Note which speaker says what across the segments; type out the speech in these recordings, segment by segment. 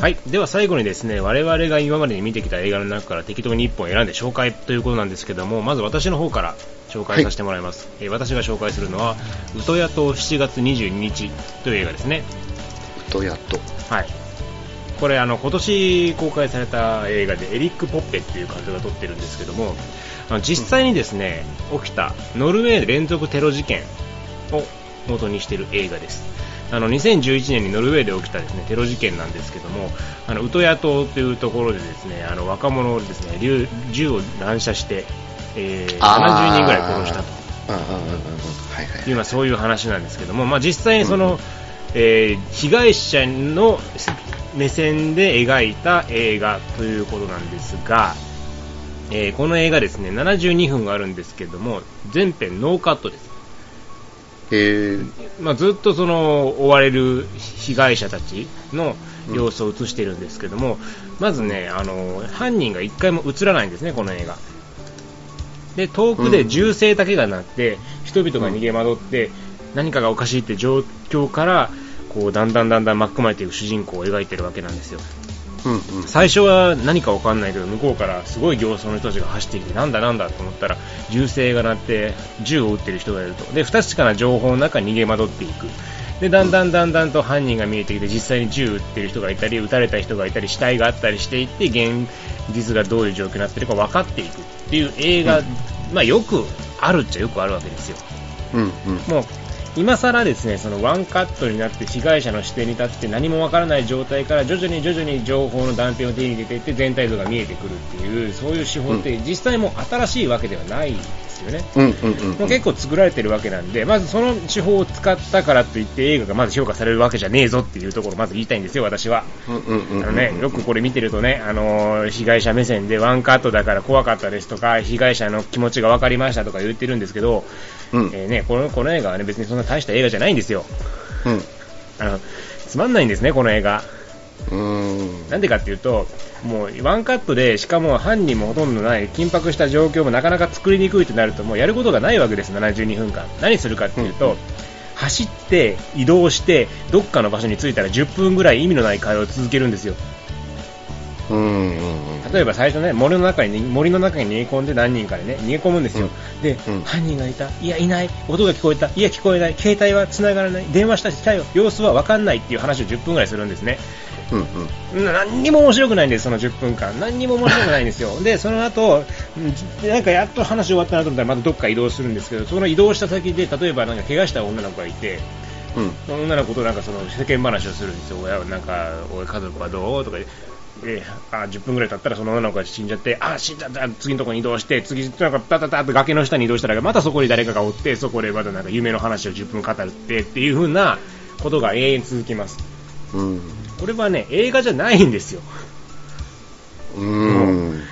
Speaker 1: はい、では最後にですね我々が今までに見てきた映画の中から適当に1本選んで紹介ということなんですけどもまず私の方から紹介させてもらいます、えー私が紹介するのは「ウトヤと7月22日」という映画ですね
Speaker 2: どうやっと。
Speaker 1: はいこれあの今年公開された映画でエリック・ポッペっていう監督が撮ってるんですけどもあの実際にですね起きたノルウェー連続テロ事件を元にしている映画ですあの2011年にノルウェーで起きたですねテロ事件なんですけどもあのウトヤ島というところでですねあの若者をですね銃銃を乱射して、えー70人ぐらい殺したと
Speaker 2: と。うんうんうんうんうん。はいはい。
Speaker 1: 今そういう話なんですけども、まあ、実際にその、えー被害者の目線で描いた映画ということなんですが、えーこの映画ですね72分あるんですけども全編ノーカットです、
Speaker 2: えー、
Speaker 1: まあ、ずっとその追われる被害者たちの様子を映してるんですけども、まずねあの犯人が一回も映らないんですねこの映画で遠くで銃声だけが鳴って、人々が逃げ惑って、何かがおかしいって状況からこうだんだんだんだん巻き込まれていく主人公を描いてるわけなんですよ
Speaker 2: うんうん。
Speaker 1: 最初は何かわかんないけど向こうからすごい行走の人たちが走ってきてなんだなんだと思ったら銃声が鳴って銃を撃ってる人がいるとで不確かな情報の中逃げ惑っていくでだんだんだんだんと犯人が見えてきて実際に銃撃ってる人がいたり撃たれた人がいたり死体があったりしていって現実がどういう状況になってるか分かっていくっていう映画、まあよくあるっちゃよくあるわけですよ
Speaker 2: うんうん。
Speaker 1: もう今更ですねそのワンカットになって被害者の視点に立って何もわからない状態から徐々に徐々に情報の断片を手に入れていって全体像が見えてくるっていうそういう手法って実際もう新しいわけではないですよね、
Speaker 2: うんうんうん。
Speaker 1: もう結構作られてるわけなんでまずその手法を使ったからといって映画がまず評価されるわけじゃねえぞっていうところをまず言いたいんですよ私は。
Speaker 2: うんうんうんうん。
Speaker 1: あのね、よくこれ見てるとね、あのー被害者目線でワンカットだから怖かったですとか、被害者の気持ちが分かりましたとか言ってるんですけど、
Speaker 2: うん
Speaker 1: えーね、このこの映画はね別にそんな大した映画じゃないんですよ
Speaker 2: うん。
Speaker 1: あの、つまんないんですね、この映画。
Speaker 2: うん。
Speaker 1: なんでかっていうと、もうワンカットで、しかも犯人もほとんどない、緊迫した状況もなかなか作りにくいとなると、もうやることがないわけです、72分間。何するかっていうと、走って、移動して、どっかの場所に着いたら10分ぐらい意味のない会話を続けるんですよ。
Speaker 2: うんうんうん。
Speaker 1: 例えば最初ね森の中に森の中に逃げ込んで何人かでね逃げ込むんですよ、で、
Speaker 2: うん
Speaker 1: 犯人がいたいやいない音が聞こえたいや聞こえない携帯は繋がらない電話したしたよ様子は分かんないっていう話を10分ぐらいするんですね
Speaker 2: うんうん。
Speaker 1: な何にも面白くないんですその10分間何にも面白くないんですよでその後うんでなんかやっと話終わったなと思ったらまたどっか移動するんですけどその移動した先で例えばなんか怪我した女の子がいて
Speaker 2: うん。
Speaker 1: 女の子となんかその世間話をするんですよ、親はなんか、おい、家族はどうとかで、あ10分ぐらい経ったら、その女の子が死んじゃって、あ死んじゃった、次のとこに移動して、次、なんか、たたたって崖の下に移動したら、またそこに誰かがおって、そこでまたなんか夢の話を10分語るってっていう風なことが永遠続きます。
Speaker 2: うん。
Speaker 1: これはね、映画じゃないんですよ。
Speaker 2: うん。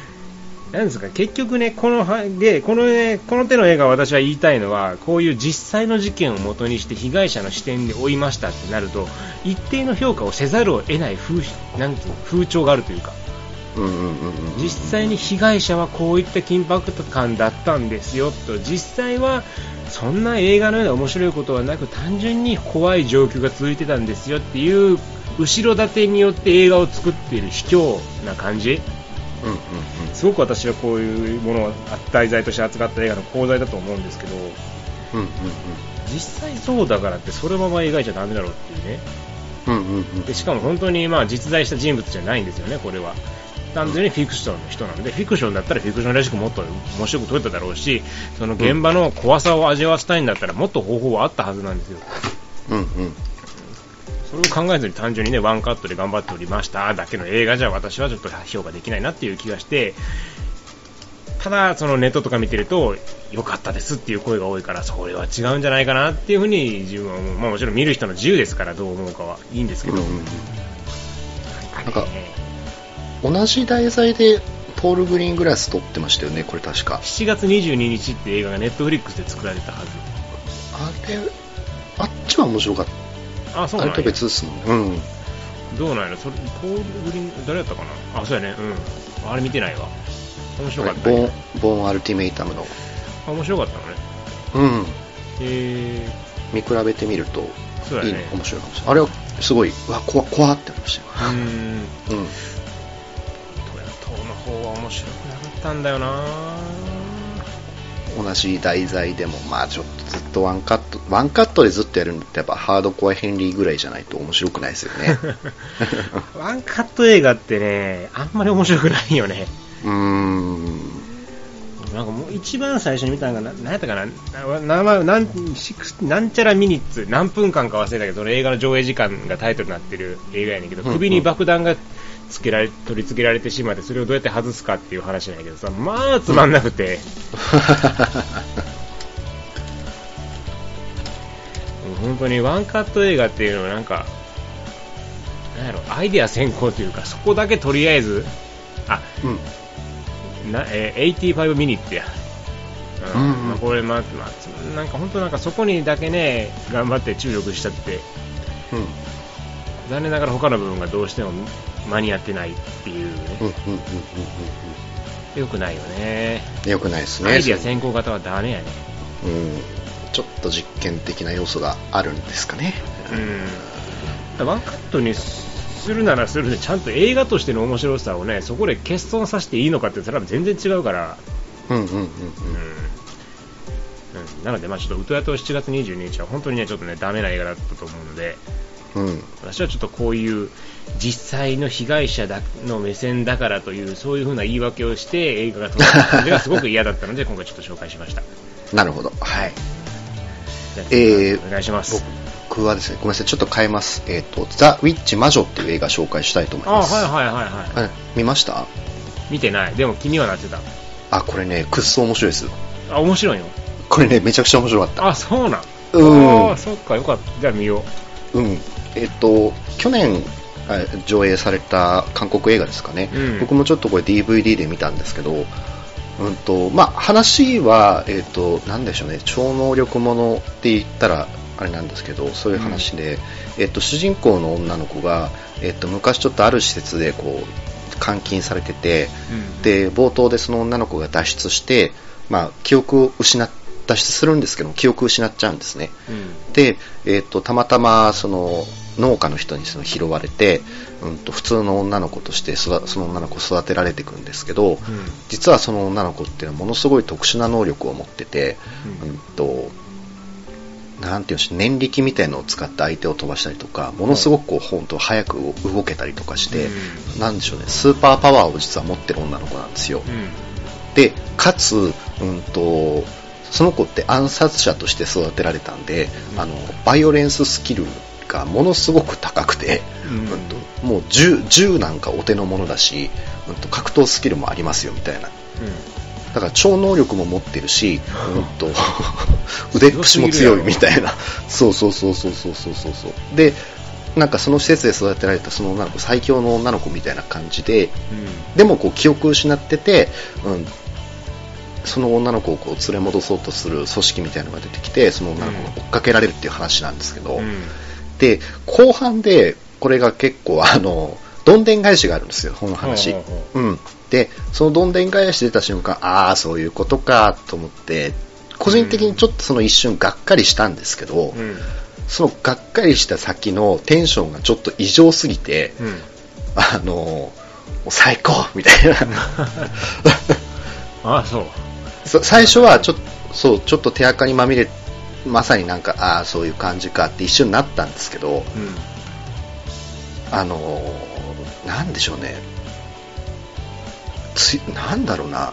Speaker 1: なんですか結局ね、このはでこの、ね、この手の映画、私は言いたいのは、こういう実際の事件を元にして被害者の視点で追いましたってなると、一定の評価をせざるを得ない風なんていうの風潮があるというか、
Speaker 2: うんうんうんうん。
Speaker 1: 実際に被害者はこういった緊迫感だったんですよと、実際はそんな映画のような面白いことはなく、単純に怖い状況が続いてたんですよっていう、後ろ盾によって映画を作っている卑怯な感じ。
Speaker 2: うんうん
Speaker 1: すごく私はこういうものを題材として扱った映画の功罪だと思うんですけど
Speaker 2: うん。うん
Speaker 1: 実際そうだからってそのまま描いちゃダメだろうっていうね
Speaker 2: うんうん。うんうんうん。
Speaker 1: でしかも本当にまあ実在した人物じゃないんですよねこれは単純にフィクションの人なんでフィクションだったらフィクションらしくもっと面白く撮れただろうしその現場の怖さを味わわせたいんだったらもっと方法はあったはずなんですよ
Speaker 2: うんうん。
Speaker 1: それを考えずに単純にねワンカットで頑張っておりましただけの映画じゃ私はちょっと評価できないなっていう気がしてただ、そのネットとか見てると良かったですっていう声が多いからそれは違うんじゃないかなっていうふうに自分は思う、まあ、もちろん見る人の自由ですからどう思うかはいいんですけど、
Speaker 2: うんうんうん
Speaker 1: なん
Speaker 2: ん
Speaker 1: か
Speaker 2: か
Speaker 1: ね
Speaker 2: 同じ題材でポール・グリーングラス撮ってましたよねこれ確か
Speaker 1: 7月22日っていう映画がネットフリックスで作られたはず
Speaker 2: あれあっちは面白かっ
Speaker 1: あそう
Speaker 2: たあ
Speaker 1: なんや
Speaker 2: れと別ですもんねうん
Speaker 1: どうなんやろそれポール・グリーン誰やったかなあそうやねうんあれ見てないわ面白かった、
Speaker 2: ボー
Speaker 1: ね、
Speaker 2: ンボーン・アルティメイタムの
Speaker 1: あ面白かったのね
Speaker 2: うん
Speaker 1: えー、
Speaker 2: 見比べてみると
Speaker 1: そうだ
Speaker 2: い
Speaker 1: ね
Speaker 2: い、面白いかもしれないあれはすごい、うわ、怖怖ってなりました
Speaker 1: う
Speaker 2: よ。
Speaker 1: ん
Speaker 2: うん。
Speaker 1: トヤ島の方は面白くなかったんだよな
Speaker 2: 同じ題材でも、まあちょっとずっとワンカット、ワンカットでずっとやるのってやっぱハードコアヘンリーぐらいじゃないと面白くないですよ ね。
Speaker 1: ワンカット映画ってねあんまり面白くないよね
Speaker 2: うーん。
Speaker 1: なんかもう一番最初に見たのがな何やったかななななんシックスなんちゃらミニッツ何分間か忘れたけどその映画の上映時間がタイトルになってる映画やねんけど
Speaker 2: うんうん
Speaker 1: 首に爆弾がつけられ取り付けられてしまってそれをどうやって外すかっていう話なんやけどさまあつまんなくて、もう本当にワンカット映画っていうのはなんか、なんやろ、アイデア先行というか、そこだけとりあえず、あ、
Speaker 2: うん。
Speaker 1: なえー、85ミニってや。う
Speaker 2: うん
Speaker 1: ん
Speaker 2: うん
Speaker 1: まあ、これ、まあ、まあ、なんか本当なんかそこにだけね、頑張って注力したって、
Speaker 2: うん。
Speaker 1: 残念ながら他の部分がどうしても間に合ってないっていうね
Speaker 2: うん。うん。うん。うん。うん。
Speaker 1: よくないよね。
Speaker 2: うんよくないですね。
Speaker 1: アイディア先行型はダメやね。
Speaker 2: うん。ちょっと実験的な要素があるんですかね。
Speaker 1: うん、ワンカットにするならするでちゃんと映画としての面白さをねそこで欠損させていいのかってそれは全然違うから、
Speaker 2: うん。うん。うん。うん。
Speaker 1: うんうんなので、まあ、ちょっとウトヤと7月22日は本当にねちょっとねダメな映画だったと思うので
Speaker 2: うん。
Speaker 1: 私はちょっとこういう実際の被害者だの目線だからというそういう風な言い訳をして映画が撮られた感じがすごく嫌だったので今回ちょっと紹介しました。
Speaker 2: なるほど。はい。
Speaker 1: じゃあ
Speaker 2: えー
Speaker 1: お願いします。
Speaker 2: 僕はですね、ごめんなさい、ちょっと変えます。えっ、と、ザ・ウィッチ魔女っていう映画紹介したいと思い
Speaker 1: あ
Speaker 2: ます。
Speaker 1: はいはいはいはい。
Speaker 2: はい見ました
Speaker 1: 見てない。でも気にはなってた。
Speaker 2: あ、これね、くっそ面白いですよ。
Speaker 1: あ、面白いよ。
Speaker 2: これね、めちゃくちゃ面白かった。
Speaker 1: あ、そうなん。
Speaker 2: うん
Speaker 1: あーそっか、よかった。じゃあ見よ
Speaker 2: うん。えっ、と、去年、あ上映された韓国映画ですかね、
Speaker 1: うん
Speaker 2: 僕もちょっとこれ DVD で見たんですけど、うんとまあ、話は、えっとなんでしょうね超能力ものって言ったらあれなんですけどそういう話で、えっと主人公の女の子が、えっと昔ちょっとある施設でこう監禁されてて、
Speaker 1: うん
Speaker 2: で冒頭でその女の子が脱出して、まあ、記憶を失っ脱出するんですけど記憶を失っちゃうんですね。
Speaker 1: う。うん。
Speaker 2: で、えっとたまたまその農家の人にその拾われて、うん、と普通の女の子として育その女の子を育てられていくんですけど、実はその女の子っていうのはものすごい特殊な能力を持ってて、
Speaker 1: う
Speaker 2: うんんとなんていうんでしょう念力みたいのを使って相手を飛ばしたりとかものすごくこう本当早く動けたりとかして、なんでしょうねスーパーパワーを実は持ってる女の子なんですよ。
Speaker 1: うん。
Speaker 2: でかつ、うん、とその子って暗殺者として育てられたんで、
Speaker 1: うん
Speaker 2: あのバイオレンススキルがものすごく高くて、
Speaker 1: うん
Speaker 2: うんともう銃銃なんかお手の物だし、うん、と格闘スキルもありますよみたいなだから超能力も持ってるし、うん と、腕っぷしも強いみたいな。そうそうそうそうそうそうそうそう。で、なんかその施設で育てられたその女の子、最強の女の子みたいな感じで、でもこう記憶を失ってて、うん、その女の子をこう連れ戻そうとする組織みたいなのが出てきて、その女の子が追っかけられるっていう話なんですけど、
Speaker 1: うん。うん。
Speaker 2: で、後半でこれが結構あの、どんでん返しがあるんですよ、この話。
Speaker 1: ほうほうほ
Speaker 2: うん、でそのどんでん返し出た瞬間ああそういうことかと思って個人的にちょっとその一瞬がっかりしたんですけど、
Speaker 1: ううん。
Speaker 2: そのがっかりした先のテンションがちょっと異常すぎて、
Speaker 1: うん。
Speaker 2: あのもう最高みたいな
Speaker 1: ああ、そう。
Speaker 2: そ最初はちょっとそうちょっと手垢にまみれまさになんかああそういう感じかって一瞬なったんですけど、
Speaker 1: うん。
Speaker 2: あのーなんでしょうねついなんだろうな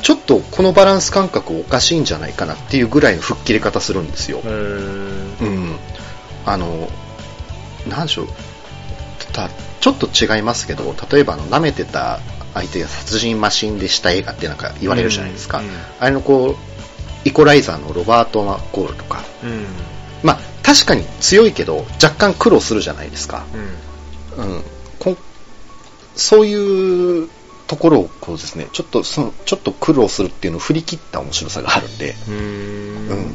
Speaker 2: ちょっとこのバランス感覚おかしいんじゃないかなっていうぐらいの吹っ切れ方するんですよ、
Speaker 1: えー
Speaker 2: うんあのなんでしょうたちょっと違いますけど例えばあの舐めてた相手が殺人マシンでした映画ってなんか言われるじゃないですか、
Speaker 1: うんうん
Speaker 2: あれのこうイコライザーのロバート・マコールとか
Speaker 1: うん。
Speaker 2: まあ確かに強いけど若干苦労するじゃないですか、
Speaker 1: うん。
Speaker 2: うん、こんそういうところをこうですねちょっとそのちょっと苦労するっていうのを振り切った面白さがあるんで、
Speaker 1: う
Speaker 2: うん
Speaker 1: ん。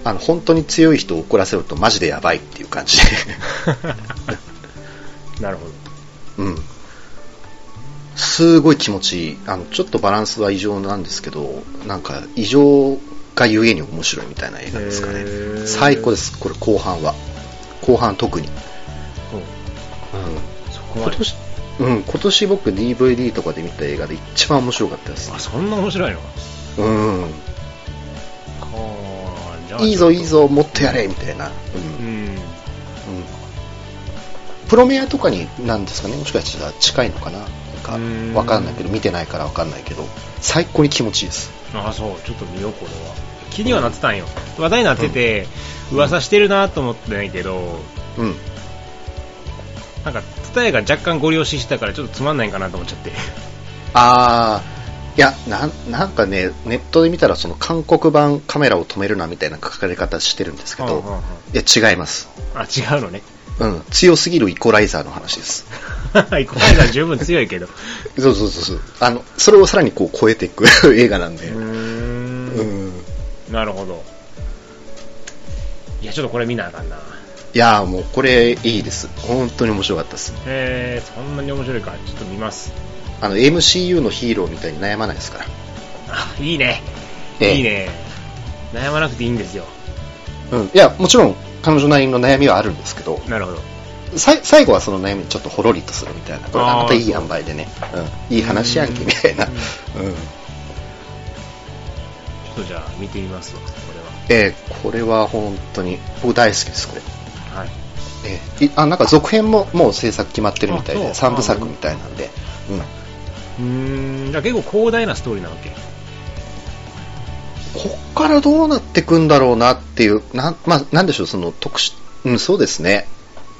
Speaker 2: あの本当に強い人を怒らせるとマジでやばいっていう感じで、
Speaker 1: なるほど。
Speaker 2: うん、すごい気持ちいいあのちょっとバランスは異常なんですけどなんか異常がゆえに面白いみたいな映画ですか
Speaker 1: へ
Speaker 2: ね
Speaker 1: ー
Speaker 2: 最高ですこれ後半は後半特に
Speaker 1: 困
Speaker 2: 今
Speaker 1: る
Speaker 2: 年うん、今年僕 DVD とかで見た映画で一番面白かったです
Speaker 1: あそんな面白いの
Speaker 2: うん
Speaker 1: はあじゃあ
Speaker 2: いいぞいいぞもっとやれみたいな、うん
Speaker 1: うん
Speaker 2: うんプロメアとかになんですかねもしかしたら近いのかな
Speaker 1: う
Speaker 2: なん
Speaker 1: ん
Speaker 2: かわかんないけど見てないからわかんないけど最高に気持ちいいです
Speaker 1: あそうちょっと見ようこれは気にはなってたんよ話題になってて、噂してるなと思ってないけど
Speaker 2: うん
Speaker 1: なんか伝えが若干ご利用ししてたからちょっとつまんないんかなと思っちゃって
Speaker 2: あーいやなんなんかねネットで見たらその韓国版カメラを止めるなみたいな書かれ方してるんですけど、
Speaker 1: うんうんうん
Speaker 2: いや違います、
Speaker 1: あ違うのね
Speaker 2: うん、強すぎるイコライザーの話です
Speaker 1: イコライザー十分強い けど
Speaker 2: そうそうそうそうあのそれをさらにこう超えていく 映画なんで、
Speaker 1: う
Speaker 2: うん
Speaker 1: んなるほどいやちょっとこれ見なあかんない
Speaker 2: やーもうこれいいです本当に面白かったです
Speaker 1: えー、そんなに面白いかちょっと見ます
Speaker 2: あの MCU のヒーローみたいに悩まないですから
Speaker 1: あいいね、
Speaker 2: ええ
Speaker 1: いいね悩まなくていいんですよ
Speaker 2: うん、いや、もちろん彼女なりの悩みはあるんですけど、
Speaker 1: なるほど
Speaker 2: さい最後はその悩みにちょっとほろりとするみたいな、これが
Speaker 1: あー
Speaker 2: またいい塩梅でね、うん、いい話やんけみたいな、
Speaker 1: う
Speaker 2: うんん、
Speaker 1: ちょっとじゃあ見てみますわこ
Speaker 2: えーこれは本当に、僕大好きです、これ。
Speaker 1: れははい
Speaker 2: えーいあ、なんか続編ももう制作決まってるみたい
Speaker 1: あそ
Speaker 2: で、
Speaker 1: う
Speaker 2: 3部作みたいなんで、うん、
Speaker 1: うーんじゃあ結構広大なストーリーなわけ
Speaker 2: こっからどうなってくんだろうなっていう、なん、まあ、なんでしょう、その特殊、うん、そうですね。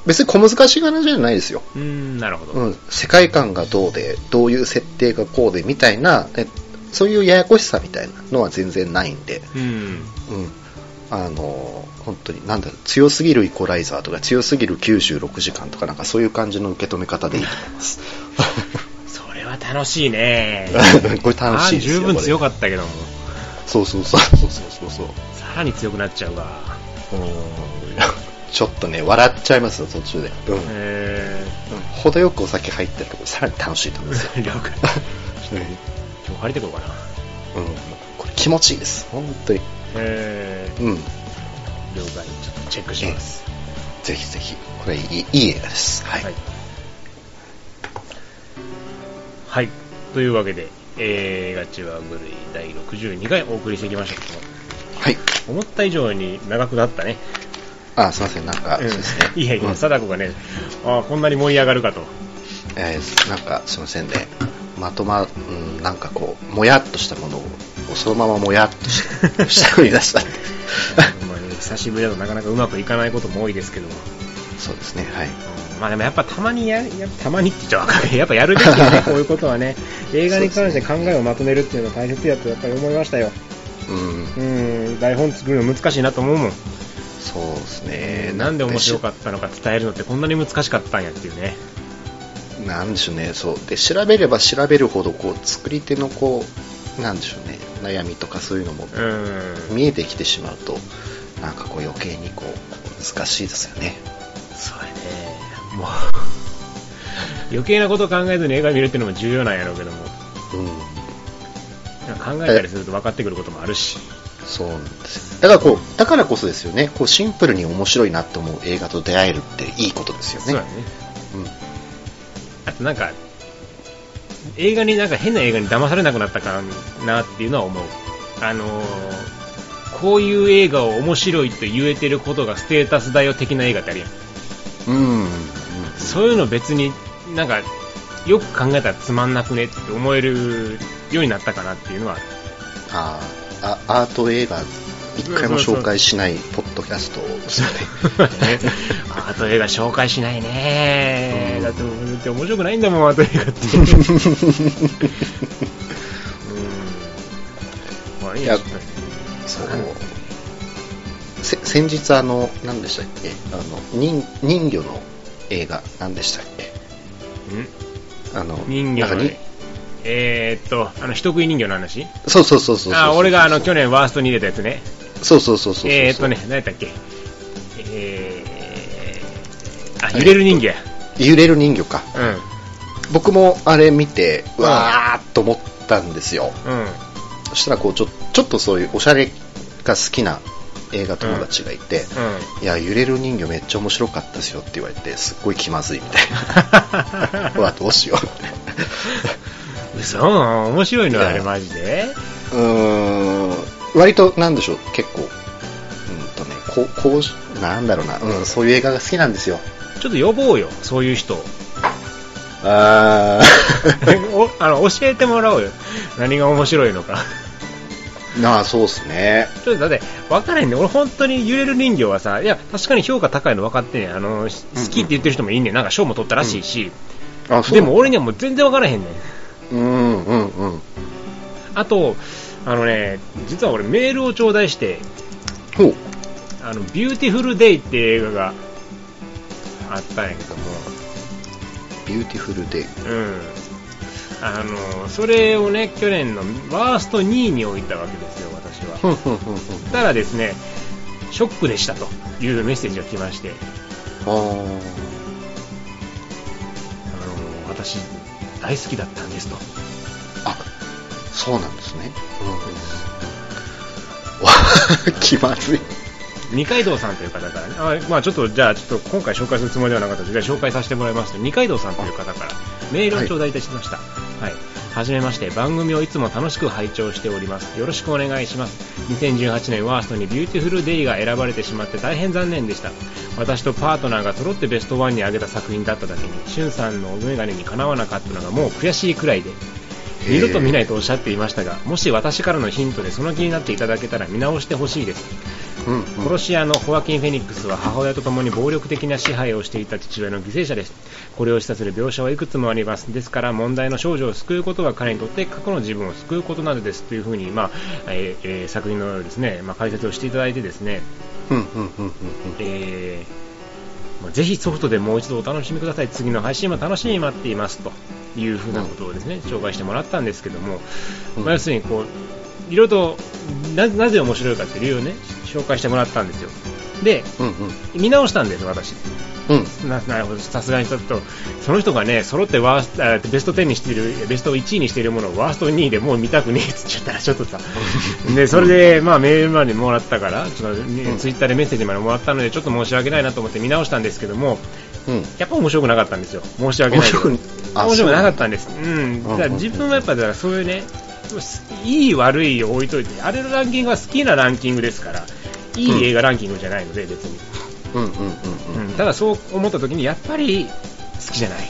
Speaker 2: 別に小難しい話じゃないですよ。
Speaker 1: うーんなるほど、
Speaker 2: うん、世界観がどうで、どういう設定がこうでみたいな、えそういうややこしさみたいなのは全然ないんで、
Speaker 1: うん
Speaker 2: うん、あのー本当に、なんだろう、強すぎるイコライザーとか、強すぎる96時間とか、なんかそういう感じの受け止め方でいいと思います。
Speaker 1: それは楽しいね
Speaker 2: これ楽しいですよ
Speaker 1: あー十分強か
Speaker 2: っ
Speaker 1: ったけども
Speaker 2: た。 そうそうそうそうそうそうそう。
Speaker 1: さらに強くなっちゃうわ
Speaker 2: ちょっとね、笑っちゃいますよ、途中で。うん。うん
Speaker 1: え
Speaker 2: 程よくお酒入ってるとこ、さらに楽しいと思い ますよ。
Speaker 1: ー了解今日借りてこようかな
Speaker 2: うん。うんこれ気持ちいいです、本当に。
Speaker 1: えー
Speaker 2: うん。
Speaker 1: 了解ちょっとチェックします
Speaker 2: ぜひぜひ、これいいいい映画です。はい。
Speaker 1: はい、はいというわけで「えー、ガチはグルイ」第62回お送りしてきましたけども
Speaker 2: はい。
Speaker 1: 思った以上に長くなったね
Speaker 2: あ、すいません、なんか、
Speaker 1: うん
Speaker 2: そうですね。
Speaker 1: いやい
Speaker 2: うん
Speaker 1: や、貞子がね、あーこんなに盛り上がるかと。
Speaker 2: えーなんか、すいませんね。まとま、うん、なんかこう、もやっとしたものを、そのままもやっ として、 下に出したんで
Speaker 1: まあね久しぶりだとなかなかうまくいかないことも多いですけども。
Speaker 2: そうですね、はい。
Speaker 1: うんまあでもやっぱたまにや、やたまにって言っちゃわかんない。やっぱやるべきよ ね、こういうことはね。映画に関して考えをまとめるっていうのは大切やとやっぱり思いましたよ。
Speaker 2: うん、
Speaker 1: うん、台本作るの難しいなと思うもん。
Speaker 2: そうですね。
Speaker 1: なんで面白か
Speaker 2: っ
Speaker 1: ったのか伝えるのってこんなに難しかったんやっていうね。
Speaker 2: たなんでしょうね、そう。で、調べれば調べるほど、こう、作り手のこう、なんでしょうね、悩みとかそういうのも
Speaker 1: うん。
Speaker 2: 見えてきてしまうと、なんかこう、余計にこう、難しいですよね。
Speaker 1: そうやね。もう、余計なこと考えずに映画見るっていうのも重要なんやろうけども。
Speaker 2: うん。
Speaker 1: なんか考えたりすると分かってくることもあるし。
Speaker 2: そうなんですよだからこう、だからこそですよね、こうシンプルに面白いなと思う映画と出会えるっていいことですよ
Speaker 1: そうだ
Speaker 2: ね
Speaker 1: ね。。
Speaker 2: うん
Speaker 1: あとなんか、映画に、なんか変な映画に騙されなくなったかなっていうのは思う。あのー、こういう映画を面白いと言えてることがステータスだよ的な映画ってあるやん。
Speaker 2: うん。うん。
Speaker 1: そういうの別になんか、よく考えたらつまんなくねって思えるようになったかなっていうのはある。
Speaker 2: あーあ、アート映画、一回も紹介しないポッドキャストですよね。
Speaker 1: ねアート映画紹介しないね
Speaker 2: うん
Speaker 1: だってだって面白くないんだもんアート映画ってうんまあいいや
Speaker 2: いやそう。せ先日、あの、何でしたっけあの人、人魚の映画、何でしたっけあの、
Speaker 1: 人魚
Speaker 2: な
Speaker 1: の
Speaker 2: んかに
Speaker 1: ねえー、っとあの人食い人形の話
Speaker 2: そうそうそうそうそうそう
Speaker 1: あ俺があの去年ワーストに入れたやつね
Speaker 2: そうそうそうそうそう。
Speaker 1: えー、っとね。何やったっけえー、あ揺れる人形や、
Speaker 2: 揺れる人魚か。
Speaker 1: うん
Speaker 2: 僕もあれ見て、うわーっと思ったんですよ。
Speaker 1: うん
Speaker 2: そしたらこうちょ、ちょっとそういうおしゃれが好きな映画友達がいて、いや、揺れる人魚めっちゃ面白かったですよって言われて、すっごい気まずいみた いな。うわ、どうしよう
Speaker 1: うん。嘘面白いのあれマジで
Speaker 2: うーん割となんでしょう結構うんとねこうこうなんだろうな、うん、そういう映画が好きなんですよ
Speaker 1: ちょっと呼ぼうよ、そういう人。
Speaker 2: あ
Speaker 1: おあの教えてもらおうよ。何が面白いのか。
Speaker 2: ー なあそうですね
Speaker 1: ちょっとだって、分からへんね。俺本当に揺れる人形はさ、いや、確かに評価高いの分かってんねんあの、し
Speaker 2: うんうん
Speaker 1: 好きって言ってる人もいんねん。なんか賞も取ったらしいし。
Speaker 2: あそう
Speaker 1: でも俺にはもう全然分からへんねん。
Speaker 2: うんうんうん
Speaker 1: あと、あのね、実は俺メールを頂戴して、
Speaker 2: ほう
Speaker 1: あの、ビューティフルデイっていう映画があったんやけども、
Speaker 2: ビューティフルデイ
Speaker 1: うん。あの、それをね、去年のワースト2位に置いたわけですよ、私は。
Speaker 2: ふんふんふん
Speaker 1: そし
Speaker 2: ふん
Speaker 1: たらですね、ショックでしたというメッセージが来まして、
Speaker 2: あー
Speaker 1: あの私、大好きだったんですと。
Speaker 2: あそうなんですねわ気まずい
Speaker 1: 二階堂さんという方からね、あまあ、ちょっとじゃあ、ちょっと今回紹介するつもりではなかったので、じゃあ紹介させてもらいますと、二階堂さんという方からメールを頂戴いたしました。はい。はじめまして、番組をいつも楽しく拝聴しております。よろしくお願いします。2018年ワーストにビューティフルデイが選ばれてしまって大変残念でした。私とパートナーが揃ってベストワンに挙げた作品だっただけに、しゅんさんのお眼鏡にかなわなかったのがもう悔しいくらいで、
Speaker 2: へー
Speaker 1: 二度と見ないとおっしゃっていましたが、もし私からのヒントでその気になっていただけたら見直してほしいです。
Speaker 2: うんうん
Speaker 1: 殺し屋のホアキン・フェニックスは母親と共に暴力的な支配をしていた父親の犠牲者ですこれを示唆する描写はいくつもありますですから問題の少女を救うことは彼にとって過去の自分を救うことなのですというふうに、まあえーえー作品のですね、まあ、解説をしていただいてですね、
Speaker 2: うんうんうんうんうん
Speaker 1: えーまあぜひソフトでもう一度お楽しみください次の配信も楽しみに待っていますというふうなことをですね紹介してもらったんですけども、
Speaker 2: うん
Speaker 1: まあ要するにこういろいろとななぜ面白いかという理由をね紹介してもらったんですよで
Speaker 2: うんうん
Speaker 1: 見直したんです私
Speaker 2: うん
Speaker 1: ななるほどさすがにちょっとその人がね揃ってワーストあベスト10にしているベスト1位にしているものをワースト2位でもう見たくねえっつっちゃった らちょっとさでそれで、まあ、メールまでもらったからちょっと、ね
Speaker 2: うん
Speaker 1: ツイッターでメッセージまでもらったのでちょっと申し訳ないなと思って見直したんですけども
Speaker 2: うん
Speaker 1: やっぱ面白くなかったんですよ申し訳ないけど
Speaker 2: 面白くあ
Speaker 1: 面白くなかったんですうん
Speaker 2: ん
Speaker 1: だから自分はやっぱだからそういうねいい悪いを置いといてあれのランキングは好きなランキングですからいい映画ランキングじゃないので別に。
Speaker 2: うんうんうんう
Speaker 1: うんん、ただそう思った時にやっぱり好きじゃない、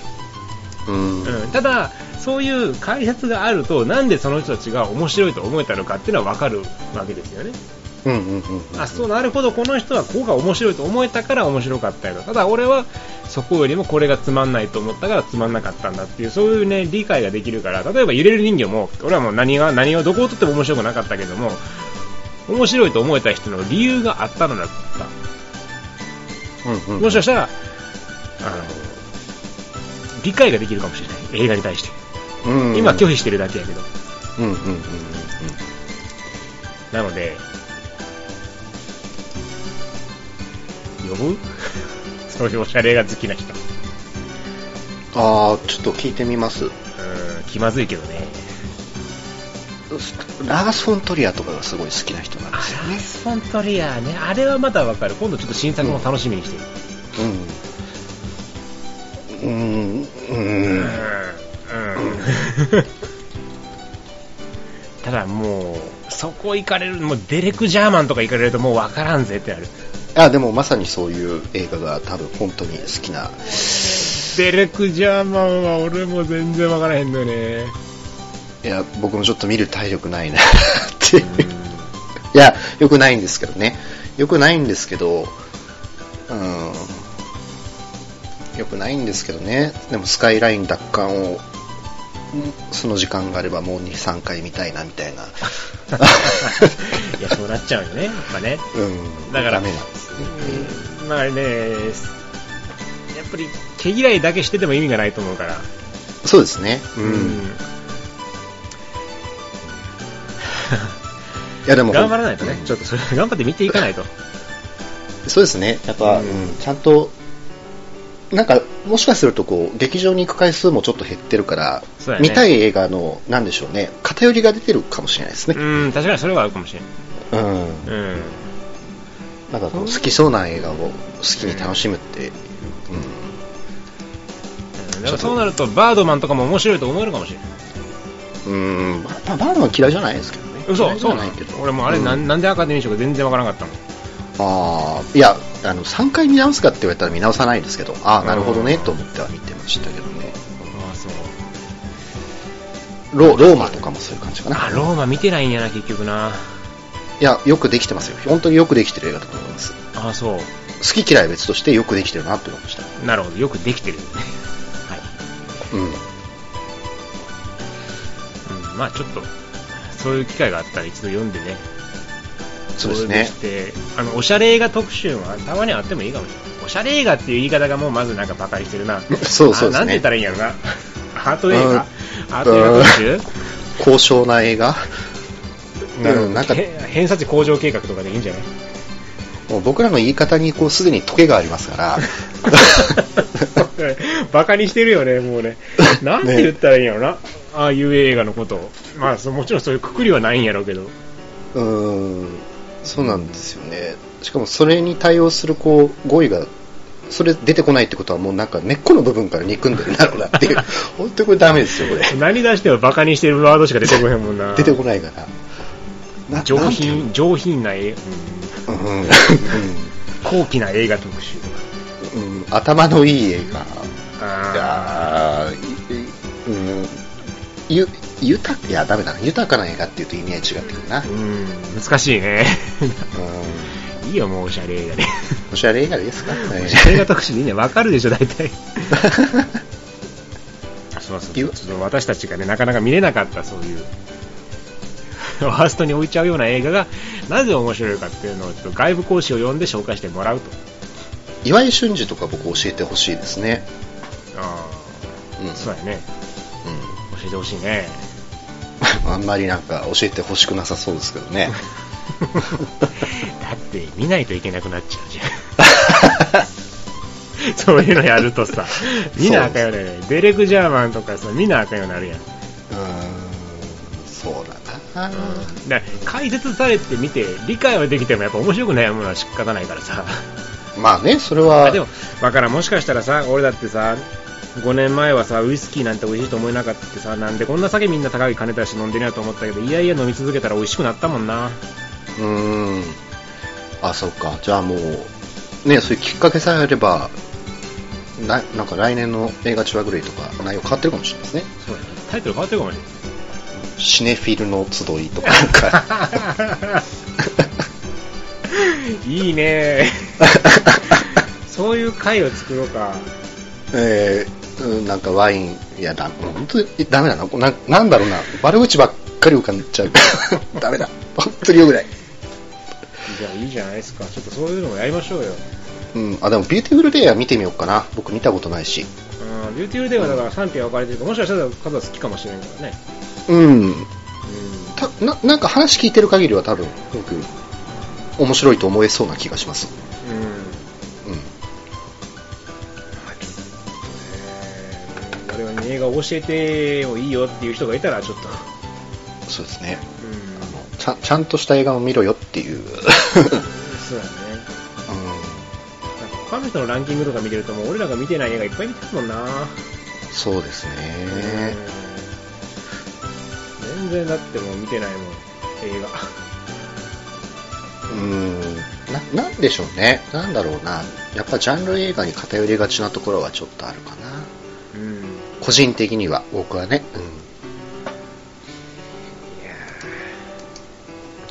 Speaker 2: うん
Speaker 1: うん、ただそういう解説があるとなんでその人たちが面白いと思えたのかっていうのは分かるわけですよね
Speaker 2: うんうんうんうん
Speaker 1: あそうなるほどこの人はこうが面白いと思えたから面白かったよただ俺はそこよりもこれがつまんないと思ったからつまんなかったんだっていうそういうね理解ができるから例えば揺れる人形も俺はもう何が何をどこを取っても面白くなかったけども面白いと思えた人の理由があったのだった
Speaker 2: うんうん
Speaker 1: もしかしたら、あの、理解ができるかもしれない。映画に対して。
Speaker 2: うん
Speaker 1: 今拒否してるだけやけど。
Speaker 2: うんうんうんうん
Speaker 1: なので、呼ぶ そういうおしゃれ映画好きな人。う
Speaker 2: ああちょっと聞いてみます
Speaker 1: ーん、気まずいけどね。
Speaker 2: ラース・フォントリアとかがすごい好きな人なん
Speaker 1: あ、ラ
Speaker 2: ですよ
Speaker 1: ース・フォントリアーね。あれはまだわかる。今度ちょっと新作も楽しみにしてる。
Speaker 2: うんうんうん
Speaker 1: うん。うん。 ただもう、そこ行かれる、もうデレク・ジャーマンとか行かれるともうわからんぜってなる。
Speaker 2: あでもまさにそういう映画が多分本当に好きな
Speaker 1: デレク・ジャーマンは俺も全然わからへんのよ ね。
Speaker 2: いや僕もちょっと見る体力ないな っていういやよくないんですけどねよくないんですけどうんよくないんですけどねでもスカイライン奪還をうんその時間があればもう23回見たいなみた い
Speaker 1: い
Speaker 2: な
Speaker 1: や、そうなっちゃうよね、やっぱね。
Speaker 2: うん
Speaker 1: だから
Speaker 2: ダメなんですね
Speaker 1: まあね、やっぱり毛嫌いだけしてても意味がないと思うから。
Speaker 2: そうですねう。
Speaker 1: うん
Speaker 2: いやでも
Speaker 1: 頑張らないとね、ちょっとそれ、頑張って見ていかないと。
Speaker 2: そうですね、やっぱ、
Speaker 1: うん
Speaker 2: うんちゃんと、なんか、もしかするとこう、劇場に行く回数もちょっと減ってるから、
Speaker 1: そうだね
Speaker 2: 見たい映画の、なんでしょうね、偏りが出てるかもしれないですね。
Speaker 1: うん、確かにそれはあるかもしれん。
Speaker 2: うん。
Speaker 1: うん。
Speaker 2: なんかこう好きそうな映画を好きに楽しむっていう、
Speaker 1: だからそうなるとバードマンとかも面白いと思えるかもしれない
Speaker 2: うんうんまあ、まあバードマン嫌いじゃないですけどね
Speaker 1: 嘘
Speaker 2: 嫌いじゃ
Speaker 1: そう
Speaker 2: な
Speaker 1: ないい
Speaker 2: けど
Speaker 1: 俺もあれな,、、
Speaker 2: うん
Speaker 1: なんでアカデミー賞か全然わからなかったの
Speaker 2: ああいやあの3回見直すかって言われたら見直さないですけどああなるほどねと思っては見てましたけどね
Speaker 1: ああそう
Speaker 2: ロローマとかもそういう感じかな
Speaker 1: あローマ見てないんやな結局ない
Speaker 2: やよくできてますよ本当によくできてる映画だと思います好
Speaker 1: ああそう
Speaker 2: き嫌いは別としてよくできてるなって思いました
Speaker 1: なるほどよくできてるはい、
Speaker 2: うん
Speaker 1: うん、まあちょっとそういう機会があったら一度読んでね
Speaker 2: そうですね
Speaker 1: それでしてあのおしゃれ映画特集はたまにあってもいいかもしれないおしゃれ映画っていう言い方がもうまずなんかバカにしてるな
Speaker 2: そうそ
Speaker 1: あ
Speaker 2: うですね
Speaker 1: なんて言ったらいいんやろなアート映
Speaker 2: うん
Speaker 1: 画アート映画特集
Speaker 2: 高尚な映画な
Speaker 1: うん
Speaker 2: んなんか
Speaker 1: へ偏差値向上計画とかでいいんじ ゃない
Speaker 2: もう僕らの言い方にこうすでにトゲがありますから
Speaker 1: バカにしてるよね、もうね。なんて言ったらいいんやろな、ああいう映画のことを。まあ、そもちろんそういうくくりはないんやろうけど。
Speaker 2: うーんそうなんですよねしかもそれに対応するこう語彙がそれ出てこないってことはもうなんか根っこの部分から憎んでるんだろうなって いう本当にこれダメですよこれ
Speaker 1: 何出してもバカにしてるワードしか出てこへんもんな。
Speaker 2: 出てこないからな
Speaker 1: 上
Speaker 2: なんていう
Speaker 1: 品、上品な映
Speaker 2: のうんうん
Speaker 1: 画、高貴な映画特集。
Speaker 2: うんうん頭のいい映画い
Speaker 1: あ
Speaker 2: やーいいうんゆ豊かいやダメだな豊かな映画っていうと意味合い違ってくるな
Speaker 1: あ、うん、難しいね。
Speaker 2: うん
Speaker 1: いいよ、もうおしゃれ映画で。
Speaker 2: おしゃれ映画ですか、
Speaker 1: おしゃれ映画特集でいいね。わかるでしょ、大体。 そうそうちょっと私たちがねなかなか見れなかったそう いうワーストに置いちゃうような映画がなぜ面白いかっていうのをちょっと外部講師を呼んで紹介してもらうと
Speaker 2: 岩井俊二とか僕教えてほしいですね、
Speaker 1: あ
Speaker 2: うん
Speaker 1: あそうやね
Speaker 2: う
Speaker 1: 教えてほしい ね
Speaker 2: ん、あんまりなんか教えてほしくなさそうですけど ね
Speaker 1: だって見ないといけなくなっちゃうじゃん そういうのやるとさ見なあかんよねデレク・ジャーマンとかさ見なあかんようになるやん
Speaker 2: うーんそうだな、
Speaker 1: だから解説されてみて理解はできてもやっぱ面白くないものは仕方ないからさ
Speaker 2: まあねそれは
Speaker 1: あでもわからんもしかしたらさ俺だってさ5年前はさウイスキーなんて美味しいと思えなかったってさなんでこんな酒みんな高い金出して飲んでるやと思ったけどいやいや飲み続けたら美味しくなったもんな
Speaker 2: うーんあそうかじゃあもうねそういうきっかけさえあればななんか来年の映画「チュワグレイ」とか内容変わってるかもしれないですね
Speaker 1: そうタイトル変わってるかもしれない
Speaker 2: シネフィルの集いとかなん か
Speaker 1: いいね そういう回を作ろうか
Speaker 2: えーうんなんかワインいやだ本当にダメだなこななんだろうな悪口ばっかり浮かん じゃうダメだ本当によくない
Speaker 1: じゃあいいじゃないですかちょっとそういうのもやりましょうよ
Speaker 2: うん、あでもビューティフルデイは見てみようかな僕見たことないし
Speaker 1: うんビューティフルデーはだから賛否が分かれてるからもしかしたら数は好きかもしれないからね
Speaker 2: うん
Speaker 1: うん
Speaker 2: たななんか話聞いてる限りは多分僕面白いと思えそうな気がします
Speaker 1: うん
Speaker 2: うん
Speaker 1: 我々に映画を教えてもいいよっていう人がいたらちょっと、
Speaker 2: そうですね
Speaker 1: うん
Speaker 2: あのちゃんちゃんとした映画を見ろよっていう、うん、
Speaker 1: そうだねなんか他の人のランキングとか見てるともう俺らが見てない映画いっぱい見てるもんな、
Speaker 2: そうですね
Speaker 1: うん全然だってもう見てないもん映画
Speaker 2: うんななんでしょうねなんだろうなやっぱジャンル映画に偏りがちなところはちょっとあるかな
Speaker 1: うんい
Speaker 2: 個人的には僕はね、
Speaker 1: や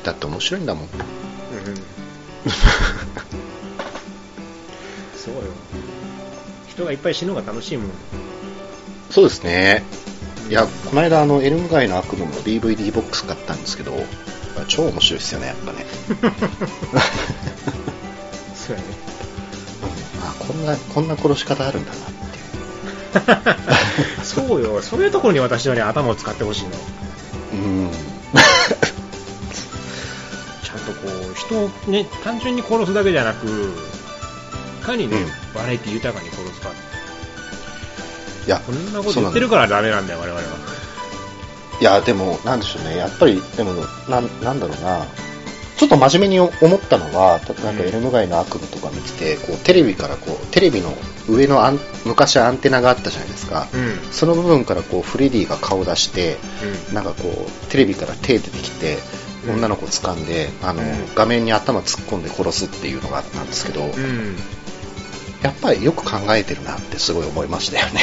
Speaker 2: うん、だって面白いんだもん
Speaker 1: ーうんそうよ人がいっぱい死ぬのが楽しいもん
Speaker 2: そうですね。いや、この間、あの、エルム街の悪夢の DVD ボックス買ったんですけど、超面白いですよね、やっ ぱね。
Speaker 1: そうやね
Speaker 2: あ、こんな、こんな殺し方あるんだなって
Speaker 1: そうよそういうところに私はね頭を使ってほしいの
Speaker 2: いう。うん。
Speaker 1: ちゃんとこう人をね単純に殺すだけじゃなくいかにね、
Speaker 2: うん
Speaker 1: バラエティ豊かに殺すか
Speaker 2: いや、
Speaker 1: こんなこと
Speaker 2: そ
Speaker 1: 言
Speaker 2: うな
Speaker 1: っ
Speaker 2: ん
Speaker 1: て
Speaker 2: だ
Speaker 1: るからダメなんだよ我々はい
Speaker 2: や、でも、なんでしょうね。やっぱり、でも、なん、なんだろうな。ちちょっと真面目に思ったのは、なんかエルム街の悪夢とか見てて、こうテレビからこう、テレビの上のアン昔アンテナがあったじゃないですか。
Speaker 1: うん
Speaker 2: その部分からこうフレディが顔出して、
Speaker 1: うん
Speaker 2: なんかこうテレビから手出てきて
Speaker 1: うん
Speaker 2: 女の子掴んで、あの
Speaker 1: うん
Speaker 2: 画面に頭突っ込んで殺すっていうのがあったんですけど、
Speaker 1: うん
Speaker 2: やっぱりよく考えてるなってすごい思いましたよね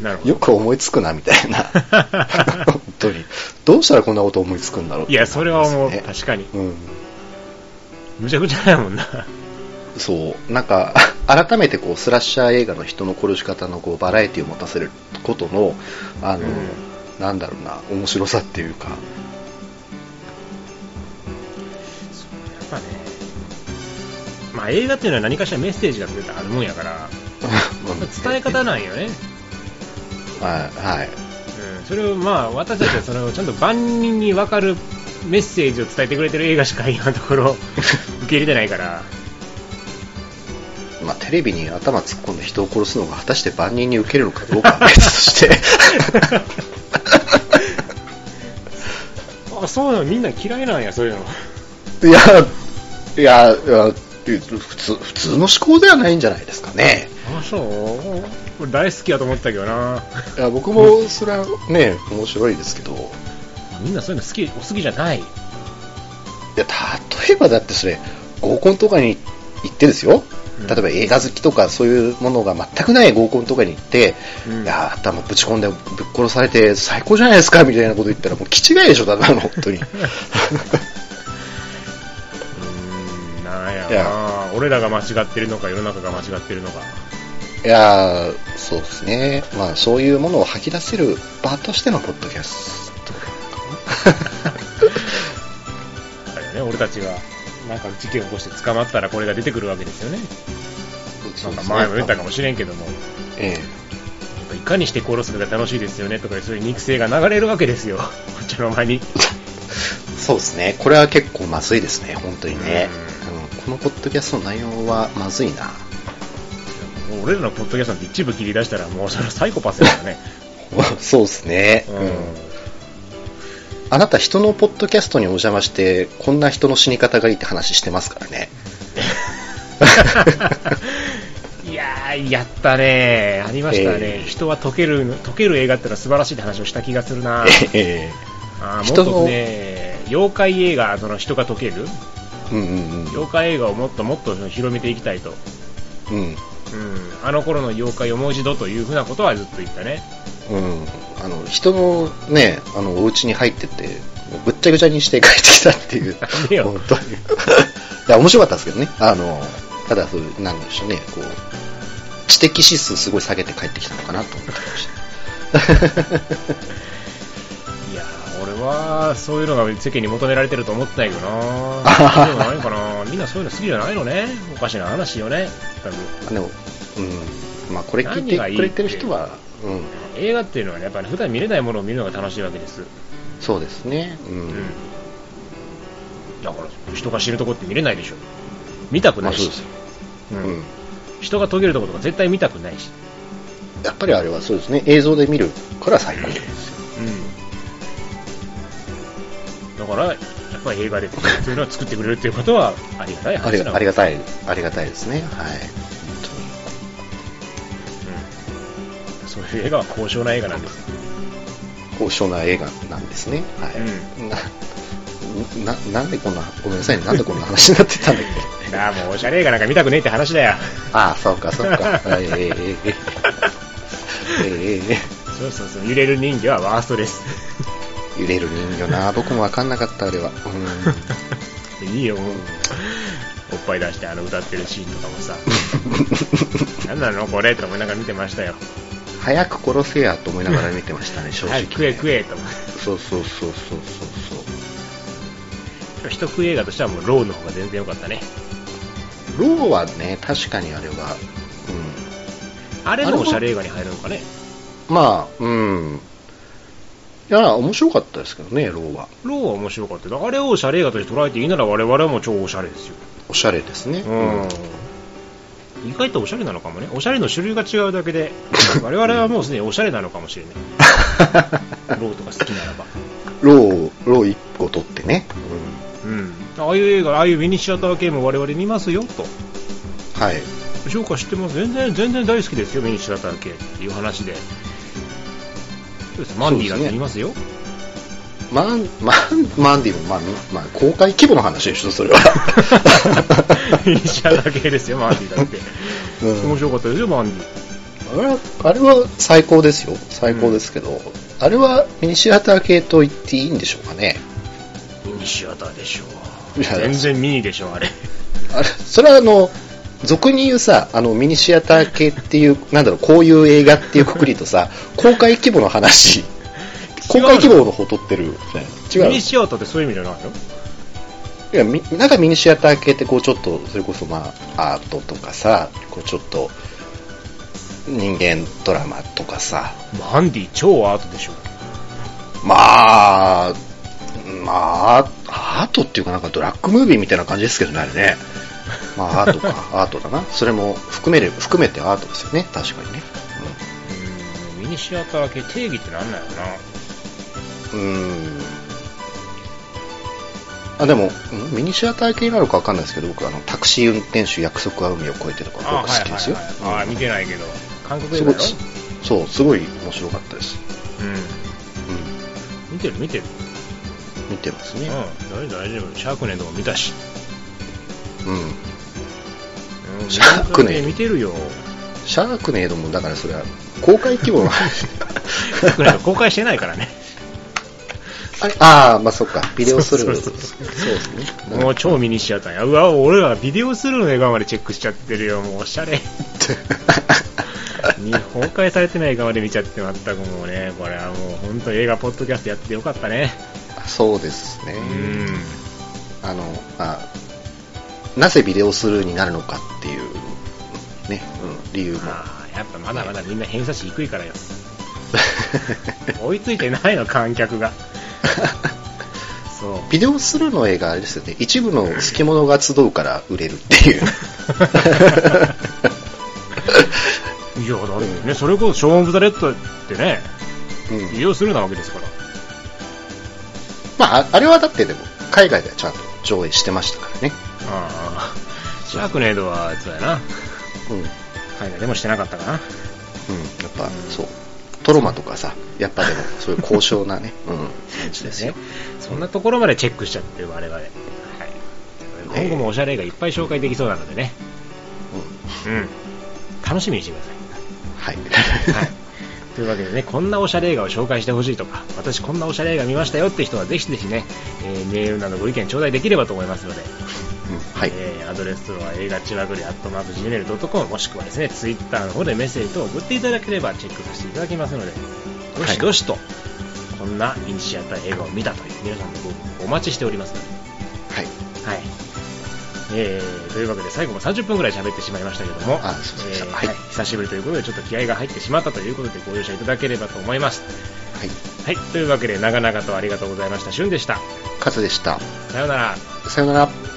Speaker 1: なるほど
Speaker 2: よく思いつくなみたい な本当にどうしたらこんなこと思いつくんだろうって
Speaker 1: いやそれはもう
Speaker 2: なります
Speaker 1: 確かに
Speaker 2: よね、
Speaker 1: むちゃくちゃだもんな
Speaker 2: うん、そうなんか 改めてこうスラッシャー映画の人の殺し方のこうバラエティを持たせることのあの、
Speaker 1: うん
Speaker 2: なんだろうな面白さっ ていうか
Speaker 1: やっぱね、まあ、映画っていうのは何かしらメッセージが出てあるもんやから、伝え 方なんよね、
Speaker 2: はい、はい、
Speaker 1: うん、それをまあ私たちはそれをちゃんと万人に分かるメッセージを伝えてくれてる映画しか今のとこ ろ受け入れてないから、
Speaker 2: まあ、テレビに頭突っ込んで人を殺すのが果たして万人に受けるのかどうかは別として
Speaker 1: あそうなの、みんな嫌いなんや、そういうの。
Speaker 2: いやいやいや普通普通の思考ではないんじゃないですかね
Speaker 1: あそう俺大好きやと思ってたけどな、
Speaker 2: いや僕もそれはね面白いですけどい
Speaker 1: みんなそういうの好き、お好きじゃない。
Speaker 2: や例えばだってそれ合コンとかに行ってですよ
Speaker 1: うん
Speaker 2: 例えば映画好きとかそういうものが全くない合コンとかに行って、
Speaker 1: うん
Speaker 2: いや頭ぶち込んでぶっ殺されて最高じゃないですかみたいなこと言ったらもう気違いでしょだから本 当に
Speaker 1: うーん、なんや
Speaker 2: いや
Speaker 1: な、俺らが間違ってるのか、世の中が間違ってるのか。
Speaker 2: いやー、そうですね。まあ、そういうものを吐き出せる場としてのポッドキャストか
Speaker 1: だよね、俺たちがなんか事件を起こして捕まったらこれが出てくるわけですよね、
Speaker 2: な。
Speaker 1: なんか前も言ったか
Speaker 2: も。
Speaker 1: もしれんけども、
Speaker 2: え
Speaker 1: いかにして殺すのが楽しいですよねとか、そういう肉声が流れるわけです よ、こっちの間に。
Speaker 2: えそうですね。これは結構まずいですね、本当にね。
Speaker 1: う
Speaker 2: うんこのポッドキャストの内容はまずいな。
Speaker 1: もう俺らのポッドキャストなんて一部切り出したら、もうそれはサイコパスだよね。
Speaker 2: そうですね、
Speaker 1: う
Speaker 2: うんんあなた、人のポッドキャストにお邪魔して、こんな人の死に方がいいって話してますからね。
Speaker 1: いやー、やったねありましたね、
Speaker 2: ええ
Speaker 1: 人は溶けるの、溶ける映画ってのは素晴らしいって話をした気がするな
Speaker 2: ええ
Speaker 1: あーも
Speaker 2: 人
Speaker 1: っ
Speaker 2: の
Speaker 1: とね、妖怪映画、その人が溶ける、
Speaker 2: うんうん
Speaker 1: 妖怪映画をもっともっと広めていきたいと。
Speaker 2: うん。う
Speaker 1: う
Speaker 2: ん
Speaker 1: ん、あの頃の妖怪をもう一度というふうなことはずっと言ったね。
Speaker 2: うん、あの人のね、あのお家に入ってって、ぐっちゃぐちゃにして帰ってきたっていう
Speaker 1: なん、でよ
Speaker 2: 本当に。いや、面白かったですけどね、あのただ、そういうなんでしょうね、こう、知的指数すごい下げて帰ってきたのかなと思ってました。
Speaker 1: いやー、俺はそういうのが世間に求められてると思ってたけどな
Speaker 2: あ
Speaker 1: そういうのないのか なみんなそういうの好きじゃないのねおかしな話よね。多分
Speaker 2: でも、うん、まあ、これ聞いてくれてる人は、うん、
Speaker 1: 映画っていうのはね、やっぱり普段見れないものを見るのが楽しいわけです。
Speaker 2: そうですね、う、
Speaker 1: うんん。だから、人が死ぬとこって見れないでしょ。見たく
Speaker 2: ま
Speaker 1: な
Speaker 2: あ、
Speaker 1: い
Speaker 2: そうで
Speaker 1: し
Speaker 2: す。。
Speaker 1: う
Speaker 2: うん
Speaker 1: ん。人が途切れるとことか絶対見たくないし。
Speaker 2: やっぱりあれはそうですね、映像で見るから最高ですよ。
Speaker 1: うん。だから、やっぱり映画で作るっていうのは作ってくれるっていうことはありがたい
Speaker 2: あり
Speaker 1: 話な
Speaker 2: あり
Speaker 1: が
Speaker 2: がたい、ありがたいですね、はい、本当に。
Speaker 1: うん、そういう映画は高尚な映画なんです。
Speaker 2: 高尚な映画なんですね。はい。な、な、なんでこんな、ごめんなさい、なんでこんな話になってたんだっけ
Speaker 1: なあ、もうおしゃれ映画なんか見たくねえって話だよ。
Speaker 2: ああ、そうか、そうか。ええええええええ
Speaker 1: そうそうそう、揺れる人魚はワースト です。
Speaker 2: 揺れる人魚な、僕もわかんなかった、あれは。うん。
Speaker 1: いいよ、もう。おっぱい出してあの歌ってるシーンとかもさ、なんなのこれと思いながら見てましたよ。
Speaker 2: 早く殺せやと思いながら見てましたね、正直、
Speaker 1: 早
Speaker 2: ね。
Speaker 1: く食え食えと思
Speaker 2: そうそうそうそうそうそう。
Speaker 1: う。一食い映画としてはもうローの方が全然良かったね。
Speaker 2: ローはね、確かにあれは、う
Speaker 1: あれもおしゃれ映画に入るのかね。
Speaker 2: ん。まあ、うん。いや、面白かったですけどね、ローは。
Speaker 1: ローは面白かったよあれをおしゃれ映画として捉えていいなら我々も超おしゃれですよ。
Speaker 2: おしゃれですね。
Speaker 1: うん。意外とおしゃれなのかもね。おしゃれの種類が違うだけで、我々はもうすでにおしゃれなのかもしれない。ローとか好きならば。
Speaker 2: ローを1個取ってね、
Speaker 1: うん、ああいう映画、ああいうミニシアター系も我々見ますよと、
Speaker 2: はい
Speaker 1: 評価してます、全然全然大好きですよ、ミニシアター系っていう話で、そうですマンディーだって見ますよ、
Speaker 2: マンマンマンディも、まあみまあ、公開規模の話でしょそれは
Speaker 1: ミニシアター系ですよ、マンディーだって、
Speaker 2: うん
Speaker 1: 面白かったですよ、マンディー。
Speaker 2: あれはあれは最高ですよ最高ですけど、あれはミニシアター系と言っていいんでしょうかね
Speaker 1: ミニシアターでしょ
Speaker 2: いや
Speaker 1: 全然ミニでしょあれ
Speaker 2: あれそれはあの俗に言うさあのミニシアター系っていう なんだろうこういう映画っていうくくりとさ公開規模の話公開規模の方取ってるじゃない
Speaker 1: ミニ
Speaker 2: 違う
Speaker 1: シアターってそういう意味じゃないの
Speaker 2: いやみなんかミニシアター系ってこうちょっとそれこそまあアートとかさこうちょっと人間ドラマとかさ
Speaker 1: マンディ超アートでしょ
Speaker 2: まあまあアートっていうかなんかドラッグムービーみたいな感じですけどねあれねまあ アートかアートだなそれも含める含めてアートですよね確かにね、うん
Speaker 1: ミニシアター系定義ってなんなんやろな
Speaker 2: うーんあでもんミニシアター系なのかわかんないですけど僕あのタクシー運転手約束は海を越えてとか
Speaker 1: あ
Speaker 2: 僕好きですよ、
Speaker 1: はいはいはいはいあ
Speaker 2: うん
Speaker 1: 見てないけど韓国映
Speaker 2: す
Speaker 1: 画
Speaker 2: ご
Speaker 1: や
Speaker 2: い
Speaker 1: ろ
Speaker 2: そうすごい面白かったです、
Speaker 1: う
Speaker 2: うん
Speaker 1: 見てる見てる
Speaker 2: ん、見てます
Speaker 1: うん
Speaker 2: ね
Speaker 1: 大丈夫大丈夫シャークネードも見たし
Speaker 2: うん、
Speaker 1: うん
Speaker 2: シャークネー
Speaker 1: ミ
Speaker 2: ド
Speaker 1: ニタ系見て るよ
Speaker 2: シャークネードもだからそれは公開規模の
Speaker 1: シャークネード公開してないからね
Speaker 2: あれあーまあそっかビデオスルー
Speaker 1: そうそう
Speaker 2: そうですねうん
Speaker 1: もう超ミニシアターやうわ俺らビデオスルーの映画までチェックしちゃってるよもうおしゃ れに崩壊されてない映画まで見ちゃって全くもうねこれはもう本当に映画ポッドキャストやってよかったね
Speaker 2: あそうですね
Speaker 1: うん
Speaker 2: あの、まあ、なぜビデオスルーになるのかっていう、ね、うん、理由も。
Speaker 1: まあやっぱまだまだみんな偏差値低いからよ追いついてないの観客がそう
Speaker 2: ビデオスルーの映画あれですよね、一部の好き者が集うから売れるっ てい
Speaker 1: い
Speaker 2: う。
Speaker 1: やだってねそれこそ「ショーン・オブ・ザ・レッド」ってね
Speaker 2: うん
Speaker 1: 利用するなわけですから
Speaker 2: まあ、ああれはだってでも、海外ではちゃんと上映してましたからね。
Speaker 1: ああシャークネードはそうやな
Speaker 2: うん。うん。や
Speaker 1: 海外でもしてなかったかな
Speaker 2: っぱ、そう。トロマとかさ、やっぱでも、そういう高尚なね、 うん、感じですよ。
Speaker 1: そんなところまでチェックしちゃってる我々、はい、今後もおしゃれがいっぱい紹介できそうなのでね、
Speaker 2: うん。
Speaker 1: うん、楽しみにしてください
Speaker 2: はい。
Speaker 1: はい、というわけでね、こんなおしゃれ映画を紹介してほしいとか、私こんなおしゃれ映画見ましたよって人はぜひぜひね、えーメールなどご意見頂戴できればと思いますので、
Speaker 2: うんはい。
Speaker 1: えーアドレスは映画ちわぐり、アットマーク Gmail.com、もしくはですね、ツイッターの方でメッセージ等を送っていただければチェックさせていただきますので、どしどしと、こんなミニシアター映画を見たという皆さんのご報告をお待ちしておりますので、
Speaker 2: は
Speaker 1: は
Speaker 2: い。
Speaker 1: い。えー、というわけで最後も30分ぐらい喋ってしまいましたけども、
Speaker 2: あそうでした
Speaker 1: えー
Speaker 2: はい
Speaker 1: はい久しぶりということでちょっと気合が入ってしまったということでご容赦いただければと思います。
Speaker 2: はい。
Speaker 1: はい、というわけで長々とありがとうございました。しゅんでした。
Speaker 2: カズでした。
Speaker 1: さようなら。
Speaker 2: さよなら。